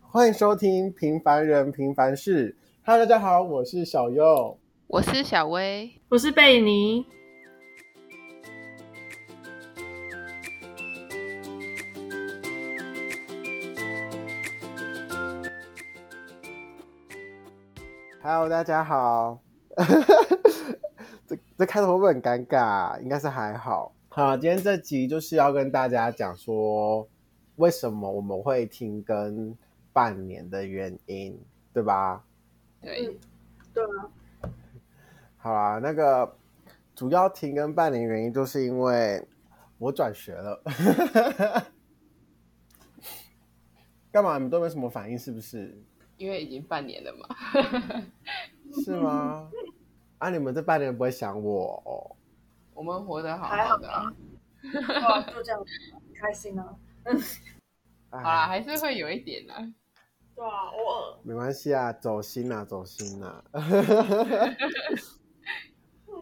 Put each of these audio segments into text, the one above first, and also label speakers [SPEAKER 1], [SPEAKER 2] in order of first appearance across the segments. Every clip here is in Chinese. [SPEAKER 1] 欢迎收听《平凡人平凡事》。Hello，大家好，我是小优。
[SPEAKER 2] 我是小薇，
[SPEAKER 3] 我是贝尼。
[SPEAKER 1] Hello，大家好。 这这开头会不会很尴尬？应该是还好。好，今天这集就是要跟大家讲说，为什么我们会停更半年的原因，对吧？
[SPEAKER 2] 对，
[SPEAKER 3] 啊
[SPEAKER 1] 好啦，那个主要停更半年原因，就是因为我转学了。 干嘛？你们都没什么反应，是不是？
[SPEAKER 2] 因为已经半年了嘛。
[SPEAKER 1] 是 吗？啊，你们这半年不会想我哦？
[SPEAKER 2] 我们活得好
[SPEAKER 3] 还好
[SPEAKER 2] 好的啊，
[SPEAKER 3] 哇，啊就这样，开心啊！
[SPEAKER 1] 哎
[SPEAKER 2] 好啦，还是会有一点啦。
[SPEAKER 3] 对啊，偶尔。
[SPEAKER 1] 没关系啊，走心啊，走心 啊。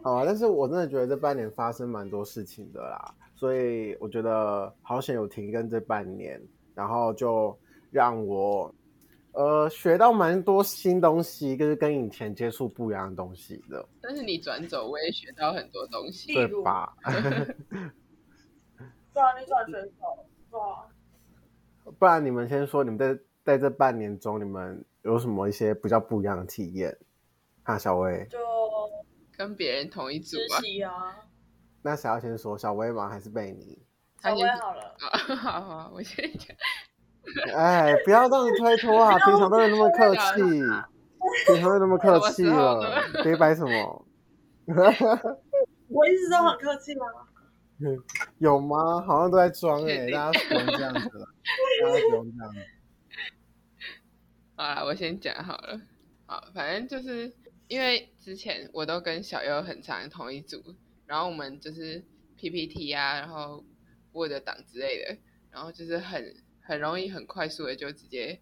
[SPEAKER 1] 好啊，但是我真的觉得这半年发生蛮多事情的啦，所以我觉得好险有停更这半年，然后就让我呃学到蛮多新东西，就是跟以前接触不一样的东西的，
[SPEAKER 2] 但是你转走，我也学到很多东西。
[SPEAKER 1] 对
[SPEAKER 3] 例如
[SPEAKER 1] 吧？
[SPEAKER 3] 对啊，你转选手，对啊，
[SPEAKER 1] 不然你们先说，你们在在这半年中，你们有什么一些比较不一样的体验？啊，小薇，
[SPEAKER 3] 就
[SPEAKER 2] 跟别人同一组
[SPEAKER 3] 实
[SPEAKER 2] 啊，
[SPEAKER 3] 习啊，
[SPEAKER 1] 那谁要先说？小薇吗？还是贝尼？
[SPEAKER 2] 他
[SPEAKER 3] 稍
[SPEAKER 2] 先
[SPEAKER 3] 微好了。
[SPEAKER 2] 啊， 好好，我先讲，
[SPEAKER 1] 哎，不要这样子推脱 啊！平常都有那么客气，平常都有那啊么啊客气了，别摆什么？
[SPEAKER 3] 我一直都很客气啊。
[SPEAKER 1] 有吗？好像都在装哎、
[SPEAKER 2] 确定
[SPEAKER 1] 大家不用这样子了， 大家不用这样子。
[SPEAKER 2] 好啦，我先讲好了。好，反正就是因为之前我都跟小优很常同一组，然后我们就是 PPT 啊，然后 Word 档之类的，然后就是很很容易很快速的就直接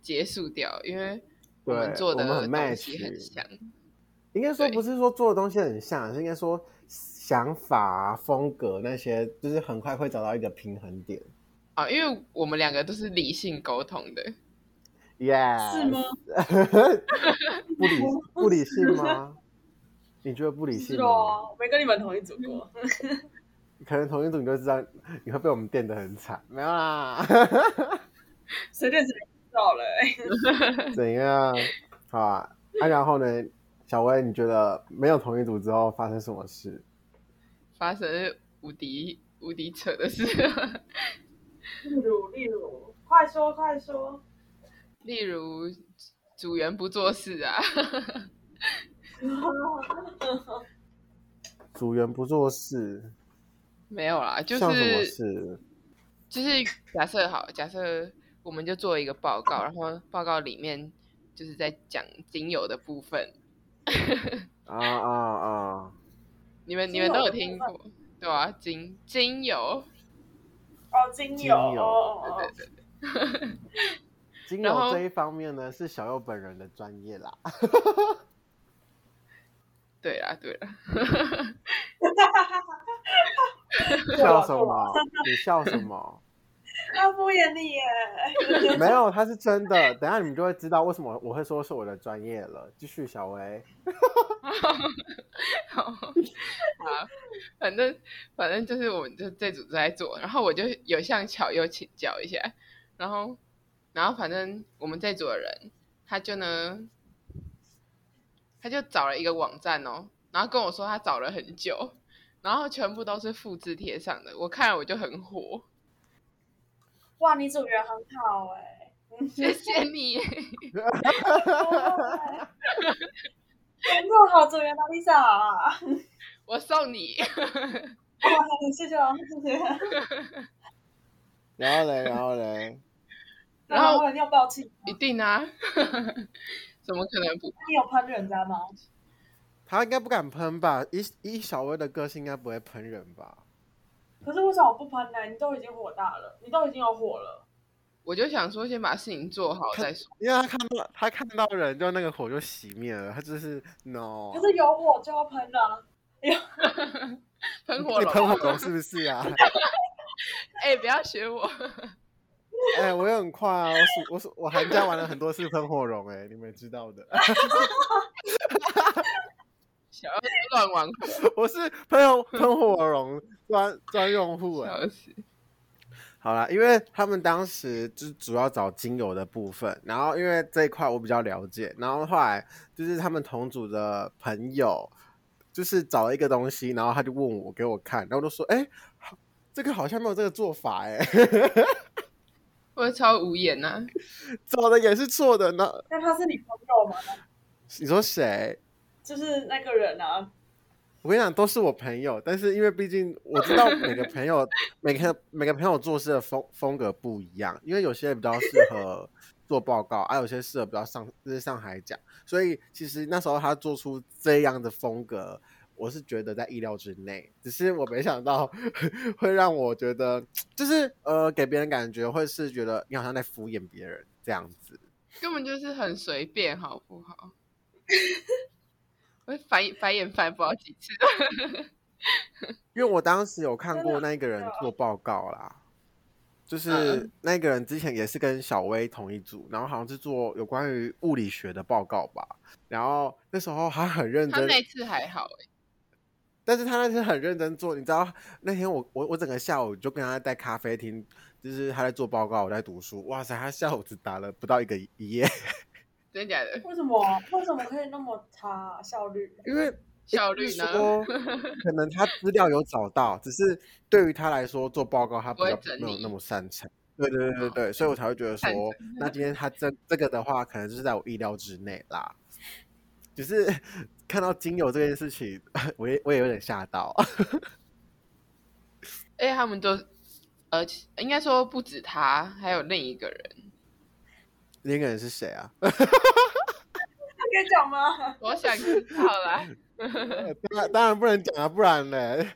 [SPEAKER 2] 结束掉，因为我们
[SPEAKER 1] 对
[SPEAKER 2] 做的
[SPEAKER 1] 我们很
[SPEAKER 2] 东西
[SPEAKER 1] match
[SPEAKER 2] 很像。
[SPEAKER 1] 应该说
[SPEAKER 2] 对
[SPEAKER 1] 不是说做的东西很像，是应该说想法啊、风格那些，就是很快会找到一个平衡点。
[SPEAKER 2] 啊，因为我们两个都是理性沟通的，
[SPEAKER 1] Yeah，
[SPEAKER 3] 是吗？
[SPEAKER 1] 不 理不理性吗？你觉得不理性
[SPEAKER 3] 是
[SPEAKER 2] 啊
[SPEAKER 1] 吗？
[SPEAKER 3] 哦，没跟你们同一组过。
[SPEAKER 1] 可能同一组你就知道你会被我们电的很惨，没有 啦。
[SPEAKER 3] 随便谁知道了、欸，
[SPEAKER 1] 怎样？好啊，啊然后呢，小薇，你觉得没有同一组之后发生什么事？
[SPEAKER 2] 发生无敌无敌扯的事，
[SPEAKER 3] 例如，例如，快说快说，
[SPEAKER 2] 例如组员不做事啊，
[SPEAKER 1] 组员不做事，
[SPEAKER 2] 没有啦，就
[SPEAKER 1] 像什么
[SPEAKER 2] 是
[SPEAKER 1] 事？
[SPEAKER 2] 就是假设好，假设我们就做一个报告，然后报告里面就是在讲精油的部分，
[SPEAKER 1] 啊啊啊！
[SPEAKER 2] 你们你
[SPEAKER 3] 精油
[SPEAKER 2] 们都有
[SPEAKER 3] 的
[SPEAKER 2] 听
[SPEAKER 3] 部分
[SPEAKER 2] 过对啊，精精油，
[SPEAKER 3] 哦，精
[SPEAKER 1] 精油
[SPEAKER 3] 油哦哦哦，
[SPEAKER 1] 精
[SPEAKER 2] 然
[SPEAKER 1] 油
[SPEAKER 2] 后
[SPEAKER 1] 这一方面呢，是小右本人的专业 啦。
[SPEAKER 2] 对啦对啦，
[SPEAKER 1] 笑什么？你笑什么？
[SPEAKER 3] 他敷衍你耶，
[SPEAKER 1] 没有，他是真的。等一下你们就会知道为什么我会说是我的专业了。继续，小薇。
[SPEAKER 2] 好，好，反正反正就是我们就这组在做，然后我就有向巧又请教一下，然后然后反正我们这组的人，他就呢，他就找了一个网站哦，然后跟我说他找了很久，然后全部都是复制贴上的，我看了我就很火，
[SPEAKER 3] 哇，你组员很好哎、
[SPEAKER 2] 谢谢你，
[SPEAKER 3] 欸，那么好组员哪里找啊？
[SPEAKER 2] 我送你。
[SPEAKER 3] 哇，谢谢哦，谢谢。
[SPEAKER 1] 然后嘞，然后嘞，
[SPEAKER 2] 然后
[SPEAKER 3] 你有爆气，
[SPEAKER 2] 一定啊， 怎么可能不？
[SPEAKER 3] 你有喷人家吗？
[SPEAKER 1] 他应该不敢喷吧？以以小薇的个性，应该不会喷人吧？
[SPEAKER 3] 可是为什么不喷呢？你都已经火大了，你都已经有火了，
[SPEAKER 2] 我就想说，先把事情做好
[SPEAKER 1] 他
[SPEAKER 2] 再说。
[SPEAKER 1] 因为他看到他看到人，就那个火就熄灭了，他就是
[SPEAKER 2] 哦
[SPEAKER 1] no。
[SPEAKER 3] 可是有火就要喷啊。
[SPEAKER 2] 喷火
[SPEAKER 1] 你
[SPEAKER 2] 龙，
[SPEAKER 1] 喷火龙是不是啊？
[SPEAKER 2] 哎、不要学我。
[SPEAKER 1] 哎、我也很快啊，我暑我暑我寒假玩了很多次喷火龙，哎，你们也知道的，
[SPEAKER 2] 小妖乱玩，
[SPEAKER 1] 我是喷火喷火龙专专用户，哎，
[SPEAKER 2] 笑死！
[SPEAKER 1] 好啦，因为他们当时就是主要找精油的部分，然后因为这一块我比较了解，然后后来就是他们同组的朋友，就是找了一个东西，然后他就问我给我看，然后我就说，哎、好这个好像没有这个做法、 欸，哎，
[SPEAKER 2] 我超无言呐、啊，
[SPEAKER 1] 找的也是错的呢。
[SPEAKER 3] 那他是你朋友吗？
[SPEAKER 1] 你说谁？
[SPEAKER 3] 就是那个人啊，
[SPEAKER 1] 我跟你讲，都是我朋友，但是因为毕竟我知道每个朋友、每个每个朋友做事的风风格不一样，因为有些人比较适合做报告，啊，有些适合比较上就是上海讲，所以其实那时候他做出这样的风格，我是觉得在意料之内，只是我没想到 会让我觉得就是呃，给别人感觉会是觉得你好像在敷衍别人这样子。
[SPEAKER 2] 根本就是很随便，好不 好？我反白眼翻不知道几次，
[SPEAKER 1] 因为我当时有看过
[SPEAKER 2] 啊
[SPEAKER 3] 真的
[SPEAKER 1] 那个人做报告啦，就是
[SPEAKER 2] 嗯
[SPEAKER 1] 那个人之前也是跟小薇同一组，然后好像是做有关于物理学的报告吧。然后那时候他很认
[SPEAKER 2] 他
[SPEAKER 1] 真，
[SPEAKER 2] 那一次还好、欸，
[SPEAKER 1] 但是他那次很认真做，你知道那天我我我整个下午就跟他在咖啡厅，就是他在做报告，我在读书。哇塞，他下午只打了不到一个一页，
[SPEAKER 2] 真的假的？
[SPEAKER 3] 为什么？为什么可以那么差、效率？
[SPEAKER 1] 因 为
[SPEAKER 2] 效率呢？
[SPEAKER 1] 说可能他资料有找到，只是对于他来说做报告他比
[SPEAKER 2] 不会
[SPEAKER 1] 较
[SPEAKER 2] 整
[SPEAKER 1] 没有
[SPEAKER 2] 理哦
[SPEAKER 1] 那么擅长。对对对对对，所以我才会觉得说
[SPEAKER 2] 擅长，
[SPEAKER 1] 那今天他这这个的话，可能就是在我意料之内啦。只是 看到精油这件事情， 我也我也有点吓到。
[SPEAKER 2] 而且他们都，而且应该说不止他，还有另一个人，
[SPEAKER 1] 那个人是谁啊？
[SPEAKER 3] 他可以讲吗？
[SPEAKER 2] 我想知 道啦。
[SPEAKER 1] 当然当然不能讲啊，不然嘞，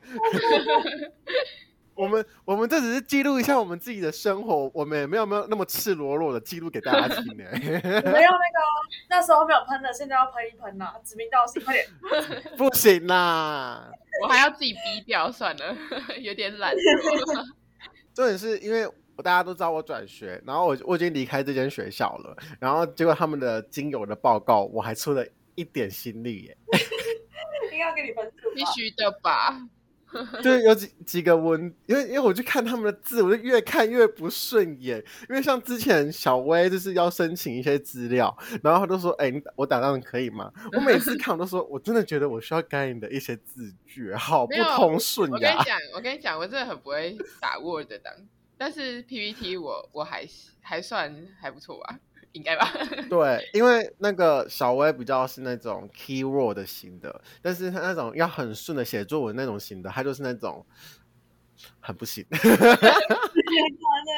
[SPEAKER 1] 我们我们这只是记录一下我们自己的生活，我们也没有没有那么赤裸裸的记录给大家听呢、
[SPEAKER 3] 你们要那个啊那时候没有喷的，现在要喷一喷呐、指名道姓，快点！
[SPEAKER 1] 不行啦。
[SPEAKER 2] 我还要自己逼掉，算了， 有点懒惰。
[SPEAKER 1] 重点是因为我大家都知道我转学，然后我我已经离开这间学校了，然后结果他们的精油的报告我还出了一点心力 耶，
[SPEAKER 3] 应该要给你分数吧
[SPEAKER 2] 必？须的吧？
[SPEAKER 1] 就是有几几个文，因为因为我去看他们的字，我就越看越不顺眼，因为像之前小薇就是要申请一些资料，然后他就说，哎、你我打仗可以吗？我每次看我都说，我真的觉得我需要改你的一些字句，好不
[SPEAKER 2] 没有
[SPEAKER 1] 通顺
[SPEAKER 2] 我跟
[SPEAKER 1] 呀
[SPEAKER 2] 你。讲，我跟你讲，我真的很不会打 Word 的档，但是 PPT 我我还还算还不错吧，应该吧？
[SPEAKER 1] 对，因为那个小薇比较是那种 keyword 的型的，但是他那种要很顺的写作文那种型的，他就是那种很不行。
[SPEAKER 3] 这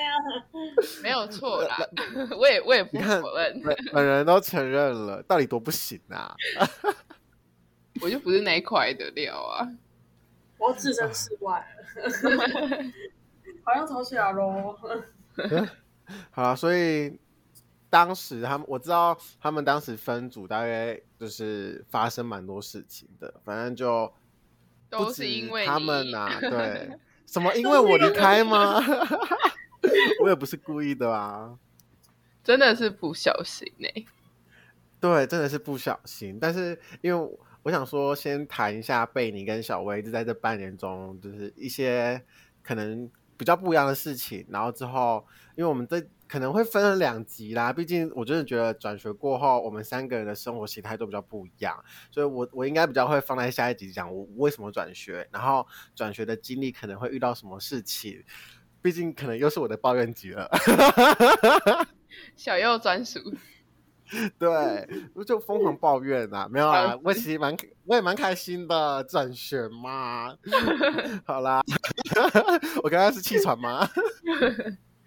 [SPEAKER 3] 样。
[SPEAKER 2] 没有错啦， 我也我也不
[SPEAKER 1] 呃你看
[SPEAKER 2] 否认，
[SPEAKER 1] 本本人都承认了，到底多不行啊？
[SPEAKER 2] 我就不是那一块的料啊。
[SPEAKER 3] 我置身事外， 好像吵起来喽。
[SPEAKER 1] 好啊，所以当时他们我知道他们当时分组大概就是发生蛮多事情的，反正就
[SPEAKER 2] 都
[SPEAKER 1] 不
[SPEAKER 2] 是
[SPEAKER 1] 止
[SPEAKER 2] 因为
[SPEAKER 1] 他
[SPEAKER 2] 你
[SPEAKER 1] 们呐、对，什么因为我离开吗？ 我也不是故意的啊。
[SPEAKER 2] 真的是不小心哎、
[SPEAKER 1] 对，真的是不小心。但是因为我我想说，先谈一下贝尼跟小薇，就在这半年中，就是一些可能比较不一样的事情。然后之后，因为我们这可能会分了两集啦，毕竟我真的觉得转学过后，我们三个人的生活形态都比较不一样，所以我我应该比较会放在下一集讲我我为什么转学，然后转学的经历可能会遇到什么事情。毕竟可能又是我的抱怨集了。
[SPEAKER 2] 小右专属，
[SPEAKER 1] 对，我就疯狂抱怨啊，没有
[SPEAKER 2] 好
[SPEAKER 1] 啦，我其实蛮我也蛮开心的，转学嘛， 好啦， 我刚刚是气喘吗？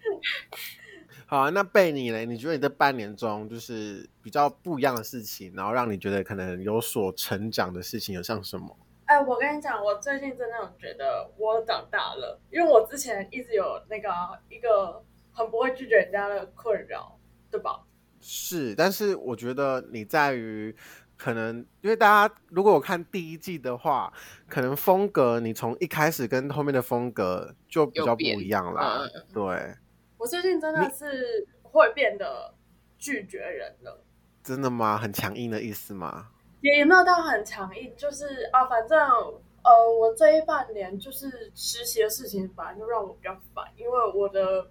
[SPEAKER 1] 好啊、那贝你嘞？你觉得你这半年中就是比较不一样的事情，然后让你觉得可能有所成长的事情，有像什么？
[SPEAKER 3] 哎，我跟你讲，我最近真的有觉得我长大了，因为我之前一直有那个啊一个很不会拒绝人家的困扰，对吧？
[SPEAKER 1] 是，但是我觉得你在于可能，因为大家如果有看第一季的话，可能风格你从一开始跟后面的风格就比
[SPEAKER 2] 有
[SPEAKER 1] 较不
[SPEAKER 2] 变
[SPEAKER 1] 一样啦。
[SPEAKER 2] 嗯
[SPEAKER 1] 对，
[SPEAKER 3] 我最近真的是会变得拒绝人了，
[SPEAKER 1] 真的吗？很强硬的意思吗？
[SPEAKER 3] 也也没有到很强硬，就是啊，反正呃，我这一半年就是实习的事情，反正就让我比较烦，因为我的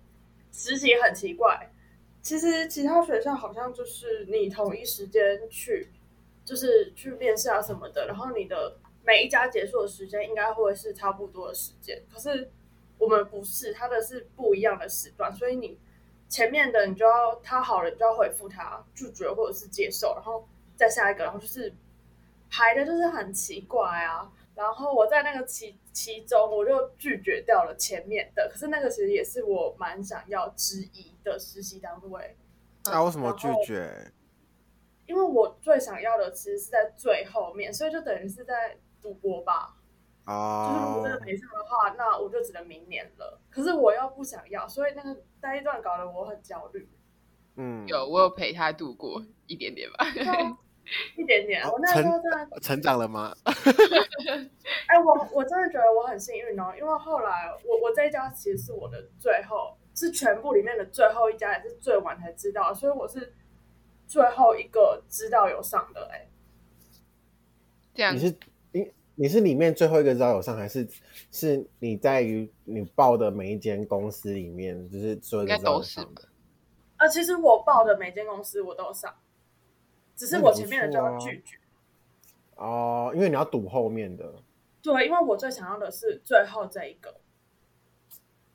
[SPEAKER 3] 实习很奇怪。其实其他学校好像就是你同一时间去，就是去面试啊什么的，然后你的每一家结束的时间应该会是差不多的时间，可是我们不是，它的是不一样的时段，所以你前面的你就要他好了，你就要回复他拒绝或者是接受，然后再下一个，然后就是排的就是很奇怪啊。然后我在那个其其中，我就拒绝掉了前面的，可是那个其实也是我蛮想要之一的实习单位，
[SPEAKER 1] 那、为什么拒绝？
[SPEAKER 3] 因为我最想要的其实是在最后面，所以就等于是在赌博吧。就是如
[SPEAKER 1] 哦
[SPEAKER 3] 果真的没上的话，那我就只能明年了。可是我又不想要，所以那个那一段搞得我很焦虑，
[SPEAKER 1] 嗯，
[SPEAKER 2] 有我有陪他度过一点点吧，
[SPEAKER 3] 一点点。
[SPEAKER 1] 哦
[SPEAKER 3] 我那时候真的
[SPEAKER 1] 成长了吗？
[SPEAKER 3] 哎、我我真的觉得我很幸运哦，因为后来我我这一家其实是我的最后，是全部里面的最后一家，也是最晚才知道，所以我是最后一个知道有上的、哎，
[SPEAKER 2] 这样
[SPEAKER 1] 你是你你是里面最后一个知道有上，还是是你在于你报的每一间公司里面，就是最后一个知道有上
[SPEAKER 2] 应该
[SPEAKER 1] 的？
[SPEAKER 3] 啊，其实我报的每间公司我都上，只是我前面的就
[SPEAKER 1] 那
[SPEAKER 3] 要
[SPEAKER 1] 你不错啊
[SPEAKER 3] 拒绝。
[SPEAKER 1] 哦，因为你要赌后面的，
[SPEAKER 3] 对，因为我最想要的是最后这一个。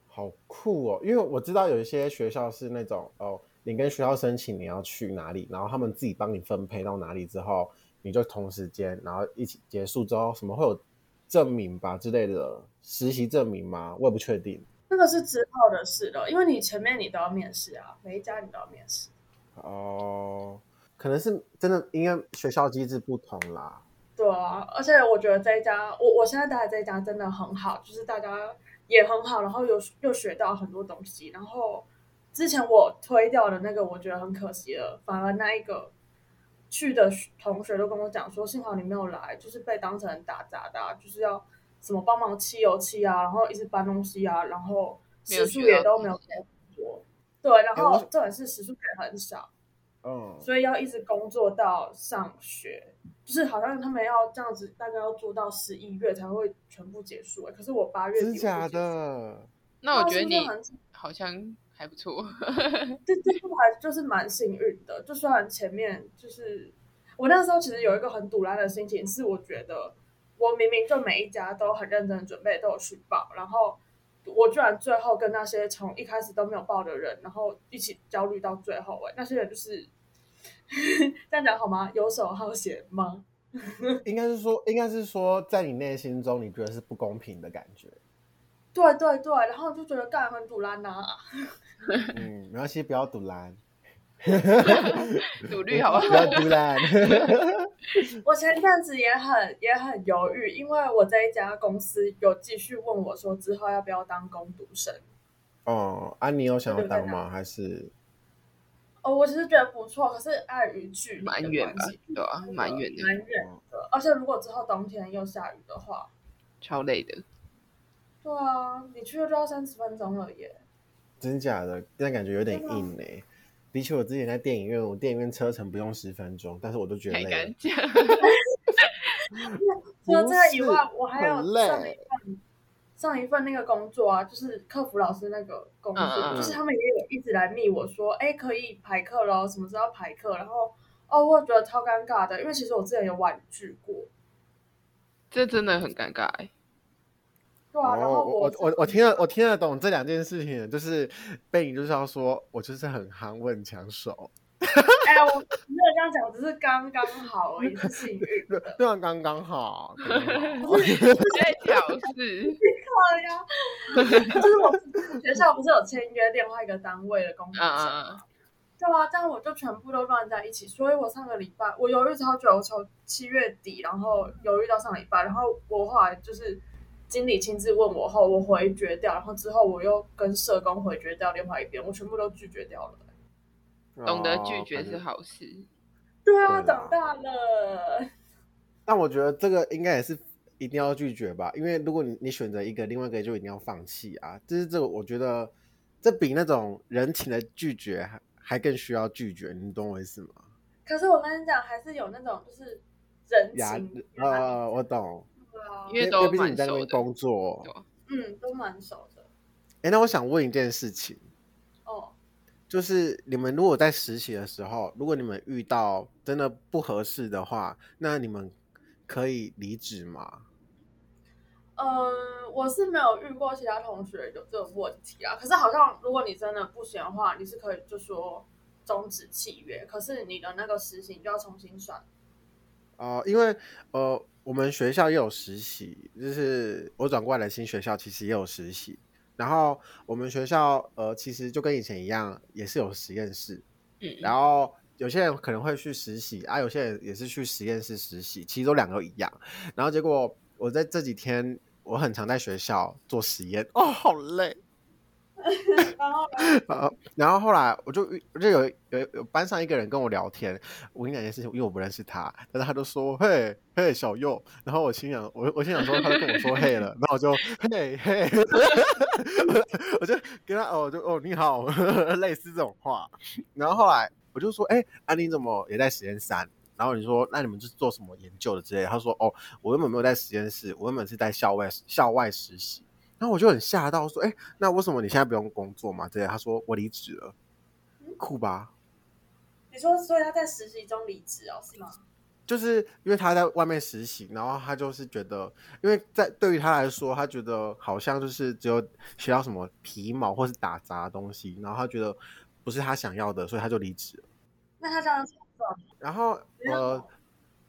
[SPEAKER 1] 好酷哦！因为我知道有一些学校是那种哦，你跟学校申请你要去哪里，然后他们自己帮你分配到哪里之后，你就同时间，然后一起结束之后，什么会有证明吧之类的实习证明吗？我也不确定。
[SPEAKER 3] 那个是之后的事了，因为你前面你都要面试啊，每一家你都要面试。
[SPEAKER 1] 哦，可能是真的，因为学校机制不同啦。
[SPEAKER 3] 对啊，而且我觉得这一家，我我现在待的这一家真的很好，就是大家也很好，然后有又学到很多东西。然后之前我推掉的那个，我觉得很可惜了，反而那一个去的同学都跟我讲说，幸好你没有来，就是被当成打杂的啊、就是要什么帮忙漆油漆啊，然后一直搬东西啊，然后时数也都没有给很多。对，然
[SPEAKER 1] 哎我
[SPEAKER 3] 后重点是时数给很少。
[SPEAKER 1] 嗯，
[SPEAKER 3] 所以要一直工作到上学，就是好像他们要这样子，大概要做到十一月才会全部结束、欸。可是我八月底我
[SPEAKER 1] 真
[SPEAKER 3] 就
[SPEAKER 1] 假
[SPEAKER 3] 结束？
[SPEAKER 1] 的？
[SPEAKER 2] 那我觉得
[SPEAKER 3] 对
[SPEAKER 2] 你
[SPEAKER 3] 啊是不是很幸
[SPEAKER 2] 好像还不错，
[SPEAKER 3] 这这部还就是蛮幸运的，就虽然前面就是我那时候其实有一个很堵然的心情，是我觉得我明明就每一家都很认真地准备，都有去报，然后我居然最后跟那些从一开始都没有报的人，然后一起焦虑到最后、哎，那些人就是 这样讲好吗？游手好闲吗？
[SPEAKER 1] 应该是说，应该是说，在你内心中，你觉得是不公平的感觉。
[SPEAKER 3] 对对对，然后就觉得干很堵啊烂呐、
[SPEAKER 1] 嗯，没关系，不要赌蓝，
[SPEAKER 2] 努力好不啊好？
[SPEAKER 1] 不要赌蓝。
[SPEAKER 3] 我前阵子也很也很犹豫，因为我这一家公司有继续问我说之后要不要当工读生。
[SPEAKER 1] 哦，安妮有想要当
[SPEAKER 3] 对对
[SPEAKER 1] 吗？还是
[SPEAKER 3] 哦，我其实觉得不错，可是碍于距离 的
[SPEAKER 2] 蛮远吧
[SPEAKER 3] 关系，
[SPEAKER 2] 对啊，蛮远的，
[SPEAKER 3] 蛮远的。而且如果之后冬天又下雨的话，
[SPEAKER 2] 超累的。
[SPEAKER 3] 对啊，你去了就要三十分钟了耶。
[SPEAKER 1] 真假的？但感觉有点
[SPEAKER 3] 真的
[SPEAKER 1] 硬呢、比起我之前在电影院，我电影院车程不用十分钟，但是我都觉得
[SPEAKER 2] 太
[SPEAKER 1] 累
[SPEAKER 2] 敢
[SPEAKER 1] 了。
[SPEAKER 2] 讲，
[SPEAKER 3] 除了这以
[SPEAKER 1] 不是
[SPEAKER 3] 外，我还有
[SPEAKER 1] 很
[SPEAKER 3] 上一
[SPEAKER 1] 累
[SPEAKER 3] 份上一份那个工作啊，就是客服老师那个工作，
[SPEAKER 2] 嗯嗯嗯
[SPEAKER 3] 就是他们也有一直来密我说，哎，可以排课咯，什么时候要排课？然后哦，我觉得超尴尬的，因为其实我之前有婉拒过，
[SPEAKER 2] 这真的很尴尬哎、
[SPEAKER 3] 对啊，然
[SPEAKER 1] 哦，
[SPEAKER 3] 后
[SPEAKER 1] 我我我我听得我听得懂这两件事情，就是背影就是要说，我就是很憨，我很抢手。
[SPEAKER 3] 哎，我没有这样讲，只是刚刚好而已，是幸运
[SPEAKER 1] 对
[SPEAKER 3] 的。
[SPEAKER 1] 对啊，刚刚好，啊刚刚好
[SPEAKER 2] 在挑事，
[SPEAKER 3] 对啊呀，就是我们学校不是有签约另外一个单位的工作
[SPEAKER 2] 嗯嗯
[SPEAKER 3] 吗？对啊，但我就全部都乱在一起，所以我上个礼拜我犹豫超久，我从七月底然后犹豫到上礼拜，然后我后来就是经理亲自问我后，我回绝掉，然后之后我又跟社工回绝掉另外一边，我全部都拒绝掉了。
[SPEAKER 2] 嗯懂得
[SPEAKER 1] 哦
[SPEAKER 2] 拒绝
[SPEAKER 1] 反
[SPEAKER 2] 是
[SPEAKER 1] 正
[SPEAKER 2] 好事。
[SPEAKER 3] 对
[SPEAKER 1] 对
[SPEAKER 3] 啊，
[SPEAKER 1] 啦
[SPEAKER 3] 长大了，
[SPEAKER 1] 但我觉得这个应该也是一定要拒绝吧，因为如果你你选择一个，另外一个就一定要放弃啊。就是这个，我觉得这比那种人情的拒绝还还更需要拒绝，你懂我意思吗？
[SPEAKER 3] 可是我跟你讲，还是有那种就是人
[SPEAKER 1] 压
[SPEAKER 3] 情，
[SPEAKER 1] 呃，我懂，
[SPEAKER 3] 啊
[SPEAKER 2] 嗯因为都
[SPEAKER 1] 因为哦毕竟你在那
[SPEAKER 2] 蛮
[SPEAKER 1] 边
[SPEAKER 2] 熟的
[SPEAKER 1] 工作
[SPEAKER 2] 对。
[SPEAKER 3] 嗯，都蛮熟的。
[SPEAKER 1] 哎，那我想问一件事情，
[SPEAKER 3] 哦，
[SPEAKER 1] 就是你们如果在实习的时候，如果你们遇到真的不合适的话，那你们可以离职吗？
[SPEAKER 3] 嗯，我是没有遇过其他同学有这个问题啊。可是好像如果你真的不行的话，你是可以就说终止契约，可是你的那个实行就要重新算。
[SPEAKER 1] 哦、因为呃，我们学校也有实习，就是我转过来的新学校其实也有实习，然后我们学校呃其实就跟以前一样，也是有实验室，
[SPEAKER 2] 嗯，
[SPEAKER 1] 然后有些人可能会去实习啊，有些人也是去实验室实习，其实都两个一样。然后结果我在这几天，我很常在学校做实验，哦，好累。
[SPEAKER 3] 然后
[SPEAKER 1] 呃， 然后后来我就遇我就有有有班上一个人跟我聊天，我跟你讲一件事情，因为我不认识他，但是他就说嘿嘿小右，然后我心想我我心想说他就跟我说 嘿了，然后我就嘿嘿， 我就跟他哦我就哦你好， 类似这种话，然后后来我就说哎啊你怎么也在实验三？然后你说那你们是做什么研究的之类的？他说哦我原本没有在实验室，我原本是在校外校外实习。然后我就很吓到，说：“哎、那为什么你现在不用工作嘛？”之类的，他说：“我离职了，酷吧
[SPEAKER 3] 你说，所以他在实习中离职哦，是吗？？”
[SPEAKER 1] 就是因为他在外面实习，然后他就是觉得，因为在对于他来说，他觉得好像就是只有学到什么皮毛或是打杂的东西，然后他觉得不是他想要的，所以他就离职了。
[SPEAKER 3] 那他这样子
[SPEAKER 1] 然后
[SPEAKER 3] 然
[SPEAKER 1] 呃
[SPEAKER 3] 后，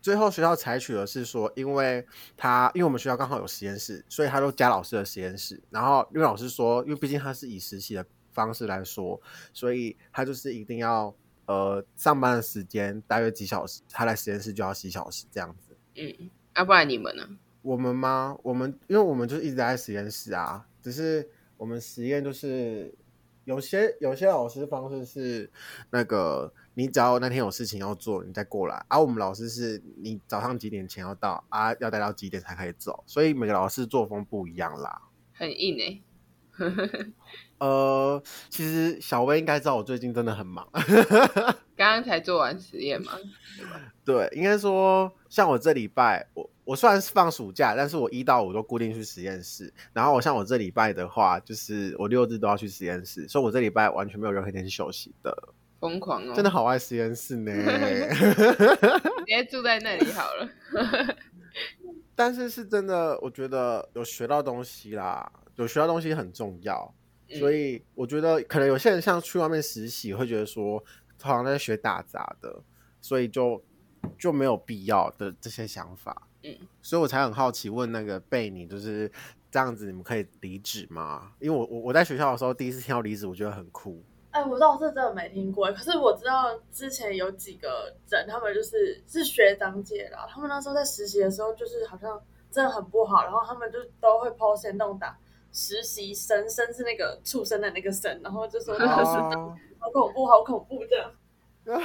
[SPEAKER 1] 最后学校采取的是说，因为他因为我们学校刚好有实验室，所以他都加老师的实验室。然后因为老师说，因为毕竟他是以实习的方式来说，所以他就是一定要呃上班的时间大约几小时，他来实验室就要几小时这样子。
[SPEAKER 2] 嗯，要、不然你们呢？
[SPEAKER 1] 我们吗？我们因为我们就是一直在实验室啊，只是我们实验就是有些有些老师方式是那个你只要那天有事情要做，你再过来。而、啊、我们老师是你早上几点前要到啊，要待到几点才可以走，所以每个老师作风不一样啦。
[SPEAKER 2] 很硬哎、
[SPEAKER 1] 呃，其实小薇应该知道我最近真的很忙，
[SPEAKER 2] 刚刚才做完实验嘛，
[SPEAKER 1] 对，应该说，像我这礼拜，我我虽然是放暑假，但是我一到五都固定去实验室。然后我像我这礼拜的话，就是我六日都要去实验室，所以我这礼拜完全没有任何一天是休息的。
[SPEAKER 2] 疯狂哦，
[SPEAKER 1] 真的好爱实验室呢，
[SPEAKER 2] 直接住在那里好了。
[SPEAKER 1] 但是是真的，我觉得有学到东西啦，有学到东西很重要。
[SPEAKER 2] 嗯
[SPEAKER 1] 所以我觉得可能有些人像去外面实习，会觉得说好像在学打杂的，所以就就没有必要的这些想法。
[SPEAKER 2] 嗯，
[SPEAKER 1] 所以我才很好奇问那个贝尼，就是这样子，你们可以离职吗？因为我我我在学校的时候第一次听到离职，我觉得很 酷。
[SPEAKER 3] 哎，我倒是真的没听过，可是我知道之前有几个人，他们就是是学长姐啦，他们那时候在实习的时候，就是好像真的很不好，然后他们就都会 po 先动打实习生，生是那个畜生的那个生，然后 就说那个是
[SPEAKER 1] 哦
[SPEAKER 3] 好恐怖，好恐怖这样。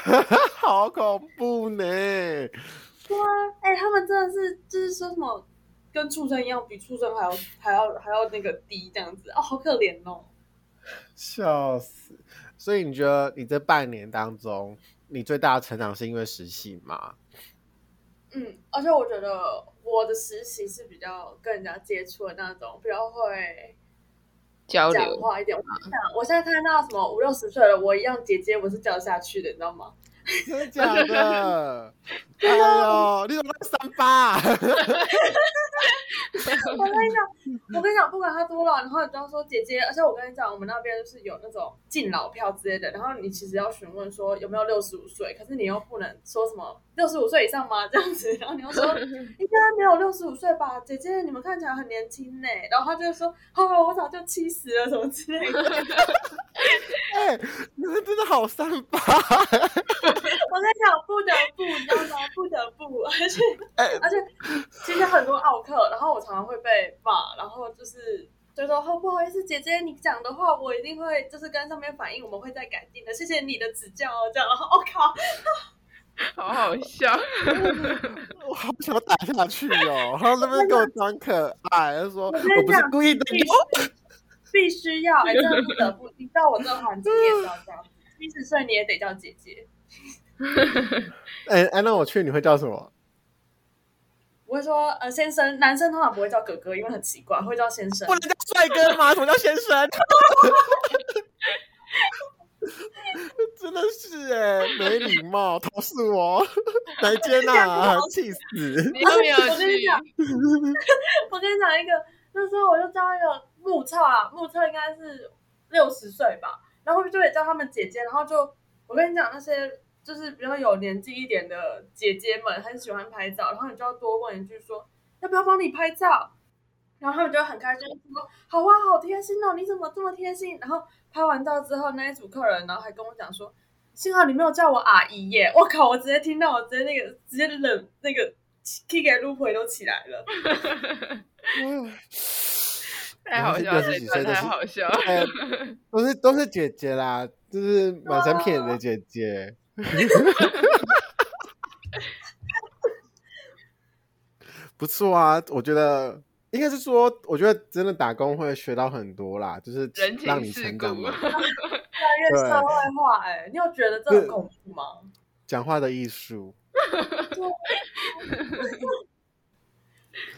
[SPEAKER 1] 好恐怖呢！
[SPEAKER 3] 哎，他们真的是就是说什么跟畜生一样，比畜生还要还要还要那个低这样子，哦，好可怜哦。
[SPEAKER 1] 笑死！所以你觉得你这半年当中，你最大的成长是因为实习吗？
[SPEAKER 3] 嗯，而且我觉得我的实习是比较跟人家接触的那种，比较会
[SPEAKER 2] 交
[SPEAKER 3] 讲
[SPEAKER 2] 流，
[SPEAKER 3] 话一点。我跟你讲我现在看到什么五六十岁了，我一样姐姐，我是叫得下去的，你知道吗？
[SPEAKER 1] 真的假的？ 哎呦，你怎么在三八、
[SPEAKER 3] 我跟你讲，我跟你讲，不管他多老，然后你都要说姐姐。而且我跟你讲，我们那边就是有那种敬老票之类的，然后你其实要询问说有没有六十五岁，可是你又不能说什么六十五岁以上吗？这样子，然后你又说应该没有六十五岁吧，姐姐你们看起来很年轻呢。然后他就说哦，我早就七十了什么之类的。
[SPEAKER 1] 哎、你们真的好三八！
[SPEAKER 3] 我在想，不得不，你知道吗？不得不，而且
[SPEAKER 1] 哎
[SPEAKER 3] 而且，其实很多奥克，然后我常常会被骂，然后就是就说哦，不好意思，姐姐，你讲的话我一定会就是跟上面反映，我们会再改进的，谢谢你的指教哦，这样，然后我、靠，
[SPEAKER 2] 好好笑。
[SPEAKER 1] 我好想打下去哦。然后那边给我装可爱，就说
[SPEAKER 3] 我跟你
[SPEAKER 1] 我不是故意的
[SPEAKER 3] 必
[SPEAKER 1] 哟。
[SPEAKER 3] 须必须要，哎，真的不得不，你到我这个环境你也是要这样，七十岁你也得叫姐姐。
[SPEAKER 1] 哎哎，那我去你会叫什么？
[SPEAKER 3] 我会说，呃，先生，男生通常不会叫哥哥，因为很奇怪，会叫先生
[SPEAKER 4] 不。能叫帅哥吗？什么叫先生？
[SPEAKER 1] 真的是哎、没礼貌，投诉 我，哪一间啊？气 死！
[SPEAKER 2] 你有没有
[SPEAKER 3] 我跟你
[SPEAKER 2] 去？
[SPEAKER 3] 讲， 我跟你讲一个，那时候我就叫一个目测啊，目测应该是六十岁吧，然后就也叫他们姐姐，然后就我跟你讲那些就是比较有年纪一点的姐姐们很喜欢拍照，然后你就要多问一句说要不要帮你拍照，然后他们就会很开心说好啊，好贴心哦，你怎么这么贴心？然后拍完照之后，那一组客人然后还跟我讲说。幸好你没有叫我阿姨耶！我靠，我直接听到，我直接那个直接冷那个 k 给路回都起来了。
[SPEAKER 2] 太好笑了，
[SPEAKER 1] 60
[SPEAKER 2] 这
[SPEAKER 1] 几
[SPEAKER 2] 一
[SPEAKER 1] 岁都
[SPEAKER 2] 段
[SPEAKER 1] 是
[SPEAKER 2] 太好笑了。
[SPEAKER 1] 哎，都是都是姐姐啦，就是满身骗人的姐姐。不错啊，我觉得应该是说，我觉得真的打工会学到很多啦，就是
[SPEAKER 2] 人情
[SPEAKER 1] 让你
[SPEAKER 2] 世
[SPEAKER 1] 成长
[SPEAKER 2] 故
[SPEAKER 1] 嘛，
[SPEAKER 3] 越来越社会化、哎，你有觉得这
[SPEAKER 1] 对
[SPEAKER 3] 很恐怖吗？
[SPEAKER 1] 讲话的艺术。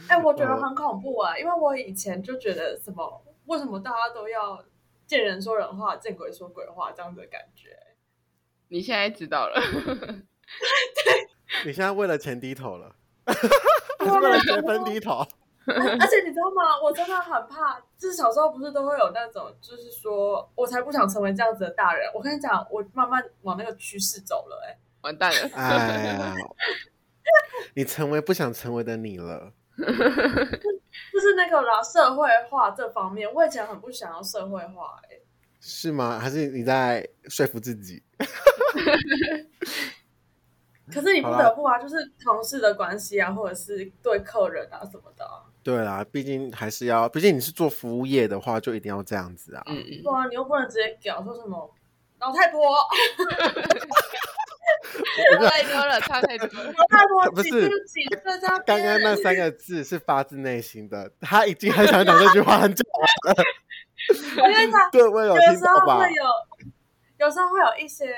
[SPEAKER 3] 哎、我觉得
[SPEAKER 1] 嗯
[SPEAKER 3] 很恐怖啊、因为我以前就觉得什么，为什么大家都要见人说人话，见鬼说鬼话这样子的感 觉？
[SPEAKER 2] 你现在知道了，
[SPEAKER 1] 你现在为了钱低头了， 还是为了学分低头？
[SPEAKER 3] 而且你知道吗？我真的很怕，就是小时候不是都会有那种，就是说我才不想成为这样子的大人。我跟你讲，我慢慢往那个趋势走了、哎，
[SPEAKER 2] 完蛋 了。
[SPEAKER 1] 哎呀，你成为不想成为的你了。
[SPEAKER 3] 就是那个啦，社会化这方面，我以前很不想要社会化、哎，
[SPEAKER 1] 是吗？还是你在说服自己？
[SPEAKER 3] 可是你不
[SPEAKER 1] 好啦
[SPEAKER 3] 得不啊，就是同事的关系啊，或者是对客人啊什么的、啊。
[SPEAKER 1] 对啦，毕竟还是要，毕竟你是做服务业的话，就一定要这样子啊。
[SPEAKER 2] 嗯嗯，
[SPEAKER 3] 对啊，你又不能直接讲说什么老太婆，
[SPEAKER 2] 太多了，差太多 了。
[SPEAKER 3] 老太婆
[SPEAKER 1] 不
[SPEAKER 3] 几
[SPEAKER 1] 是
[SPEAKER 3] 就几岁在那边
[SPEAKER 1] 刚刚那三个字是发自内心的，他已经很想讲这句话很久了。
[SPEAKER 3] 我跟你讲，
[SPEAKER 1] 对，我有
[SPEAKER 3] 有
[SPEAKER 1] 听
[SPEAKER 3] 时
[SPEAKER 1] 到
[SPEAKER 3] 候
[SPEAKER 1] 吧
[SPEAKER 3] 会？有，有时候会有一些，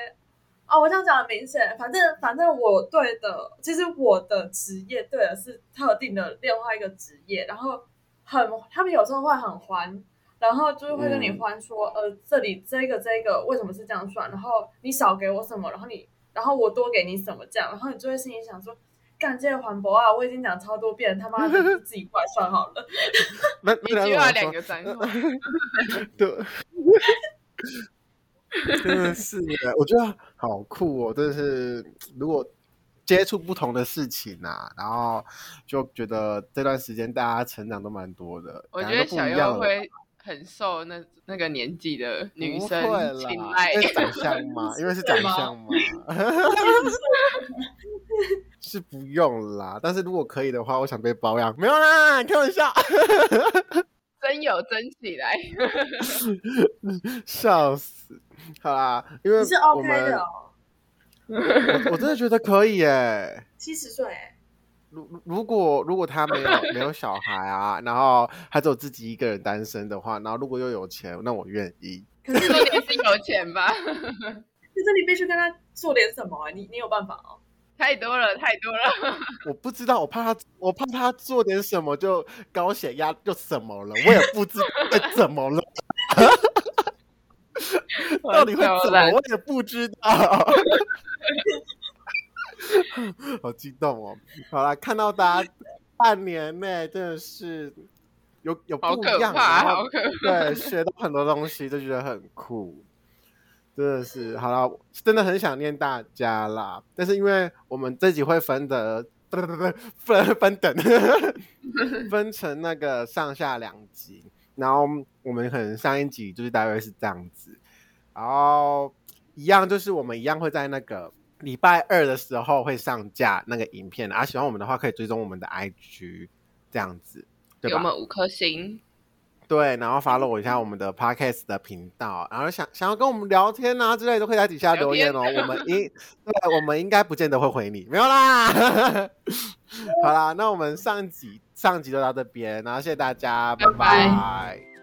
[SPEAKER 3] 哦，我这样讲很明显，反正反正我对的，其实我的职业对的是特定的另外一个职业，然后很他们有时候会很欢，然后就是会跟你
[SPEAKER 1] 嗯
[SPEAKER 3] 欢说，呃，这里这个这个为什么是这样算，然后你少给我什么，然后你然后我多给你什么这样，然后你就会心里想说。干这个环保啊！我已经讲超多遍，他妈的你自己过来算好 了。
[SPEAKER 1] 那
[SPEAKER 2] 一
[SPEAKER 1] 那
[SPEAKER 2] 句话
[SPEAKER 1] 怎
[SPEAKER 2] 两
[SPEAKER 1] 么
[SPEAKER 2] 个
[SPEAKER 1] 说
[SPEAKER 2] 脏 话，
[SPEAKER 1] 对，真的是耶，我觉得好酷哦！真的是，如果接触不同的事情啊，然后就觉得这段时间大家成长都蛮多的，
[SPEAKER 2] 我觉
[SPEAKER 1] 感
[SPEAKER 2] 得
[SPEAKER 1] 觉都
[SPEAKER 2] 小
[SPEAKER 1] 不一样
[SPEAKER 2] 优
[SPEAKER 1] 了
[SPEAKER 2] 会很受那那个年纪的女
[SPEAKER 1] 不
[SPEAKER 2] 生
[SPEAKER 1] 会啦哎
[SPEAKER 2] 青睐
[SPEAKER 1] 因。为长相嘛，因为是长相嘛， 是不用啦。但是如果可以的话，我想被包养，没有啦，开玩笑，,
[SPEAKER 2] 真有真起来，
[SPEAKER 1] 笑死。好啦，因为
[SPEAKER 3] 你是
[SPEAKER 1] 我
[SPEAKER 3] OK
[SPEAKER 1] 们
[SPEAKER 3] 的、哦，
[SPEAKER 1] 我我真的觉得可以耶、
[SPEAKER 3] 七十岁、欸，
[SPEAKER 1] 如如如果如果他没有没有小孩啊，然后他只有自己一个人单身的话，然后如果又有钱，那我愿意。
[SPEAKER 3] 可是
[SPEAKER 2] 重点是有钱吧？
[SPEAKER 3] 就是你必须跟他做点什么、啊，你你有办法哦。
[SPEAKER 2] 太多了，太多了，
[SPEAKER 1] 我不知道，我怕他，我怕他做点什么就高血压就什么了，我也不知道 会怎么了， 到底会怎
[SPEAKER 2] 我笑
[SPEAKER 1] 么，
[SPEAKER 2] 烂
[SPEAKER 1] 我也不知道。 好激动哦！好啦，看到大家半年内真的是有有
[SPEAKER 2] 好
[SPEAKER 1] 不一
[SPEAKER 2] 可
[SPEAKER 1] 样，啊
[SPEAKER 2] 怕，
[SPEAKER 1] 然后
[SPEAKER 2] 好可怕。
[SPEAKER 1] 对，学到很多东西，就觉得很酷，真的是好了，真的很想念大家啦。但是因为我们这集会分的，不不不不分分等，分成那个上下两集，然后我们可能上一集就是大约是这样子，然后一样就是我们一样会在那个。礼拜二的时候会上架那个影片啊，喜欢我们的话可以追踪我们的 IG，这样子，对
[SPEAKER 2] 给我
[SPEAKER 1] 吧？
[SPEAKER 2] 们五颗星，
[SPEAKER 1] 对，然后 follow 我一下我们的 podcast 的频道，然后想想要跟我们聊天啊之类的，都可以在底下留言哦。我们应对，我们应该不见得会回你，没有啦。 好啦，那我们上集上集就到这边，然后谢谢大家，
[SPEAKER 2] 拜拜
[SPEAKER 1] 拜拜